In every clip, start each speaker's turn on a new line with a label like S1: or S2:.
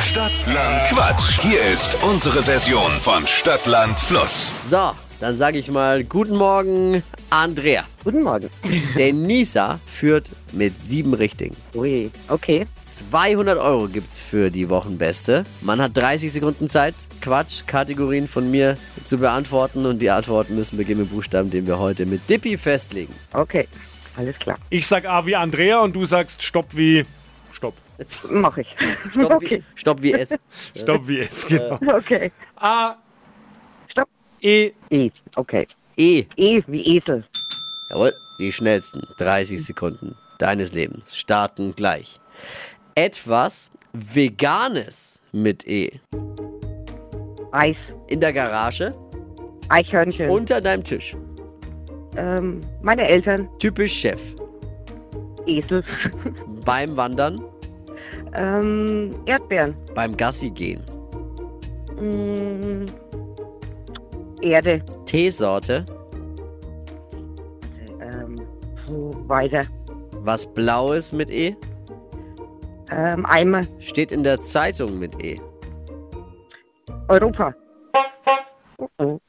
S1: Stadtland Quatsch. Hier ist unsere Version von Stadtland Fluss.
S2: So, dann sage ich mal guten Morgen, Andrea.
S3: Guten Morgen.
S2: Denisa führt mit sieben Richtigen.
S3: Ui, okay.
S2: 200 Euro gibt's für die Wochenbeste. Man hat 30 Sekunden Zeit, Quatsch-Kategorien von mir zu beantworten und die Antworten müssen beginnen mit Buchstaben, den wir heute mit Dippy festlegen.
S3: Okay, alles klar.
S4: Ich sag A wie Andrea und du sagst Stopp wie Stopp.
S3: Mach ich.
S2: Stopp,
S3: okay,
S2: wie, Stopp wie es.
S4: Stopp wie es, genau.
S3: okay.
S4: A,
S3: Stopp.
S4: E,
S3: E, okay.
S2: E.
S3: E wie Esel.
S2: Jawohl, die schnellsten 30 Sekunden deines Lebens starten gleich. Etwas Veganes mit E.
S3: Eis.
S2: In der Garage,
S3: Eichhörnchen.
S2: unter deinem Tisch.
S3: Ähm, meine Eltern.
S2: Typisch Chef.
S3: Esel.
S2: Beim Wandern,
S3: ähm, Erdbeeren.
S2: beim Gassi gehen.
S3: Mm, Erde.
S2: Teesorte,
S3: Ähm, puh, weiter.
S2: was Blaues mit E,
S3: Ähm, Eimer.
S2: steht in der Zeitung mit
S4: Äh.
S2: E.
S3: Europa. Oh, oh.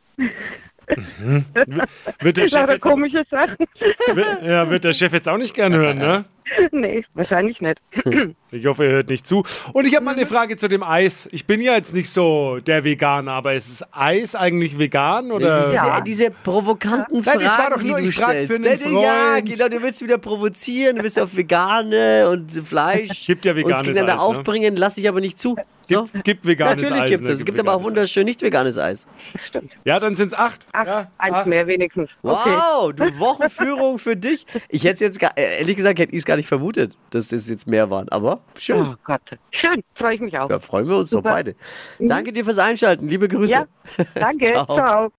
S4: wird der, Chef
S3: Lauter
S4: jetzt,
S3: komische Sachen.
S4: wird, ja, wird der Chef jetzt auch nicht gern hören, ne?
S3: nee, wahrscheinlich nicht.
S4: Ich hoffe, er hört nicht zu. Und ich habe mal eine Frage zu dem Eis. Ich bin ja jetzt nicht so der Veganer, aber ist das Eis eigentlich vegan
S2: Das ist
S4: oder?
S3: Ja.
S2: diese provokanten
S4: Nein,
S2: Fragen,
S4: das war doch nur,
S2: die du
S4: ich frag
S2: stellst.
S4: für einen
S2: Nein, Ja,
S4: Freund.
S2: genau, du willst wieder provozieren, du willst auf Vegane und Fleisch
S4: Gibt ja
S2: uns
S4: veganes
S2: gegeneinander
S4: Eis, ne?
S2: aufbringen, lass ich aber nicht zu. So.
S4: Gibt, gibt veganes
S2: Natürlich
S4: Eis.
S2: gibt es.
S4: ne?
S2: Es gibt aber auch
S4: veganes
S2: wunderschön nicht veganes Eis.
S3: Stimmt.
S4: Eis. Ja, dann sind es acht.
S3: Ach,
S4: ja,
S3: eins
S4: acht.
S3: mehr wenigstens. Okay.
S2: Wow, du Wochenführung für dich. Ich hätte es jetzt, gar, äh, ehrlich gesagt, hätte ich es gar nicht vermutet, dass das jetzt mehr waren. Aber schön.
S3: Oh Gott. Schön, freue ich mich auch.
S2: Da freuen wir uns doch
S3: Super.
S2: beide. Danke dir fürs Einschalten. Liebe Grüße.
S3: Ja, danke.
S2: Ciao.
S3: Ciao.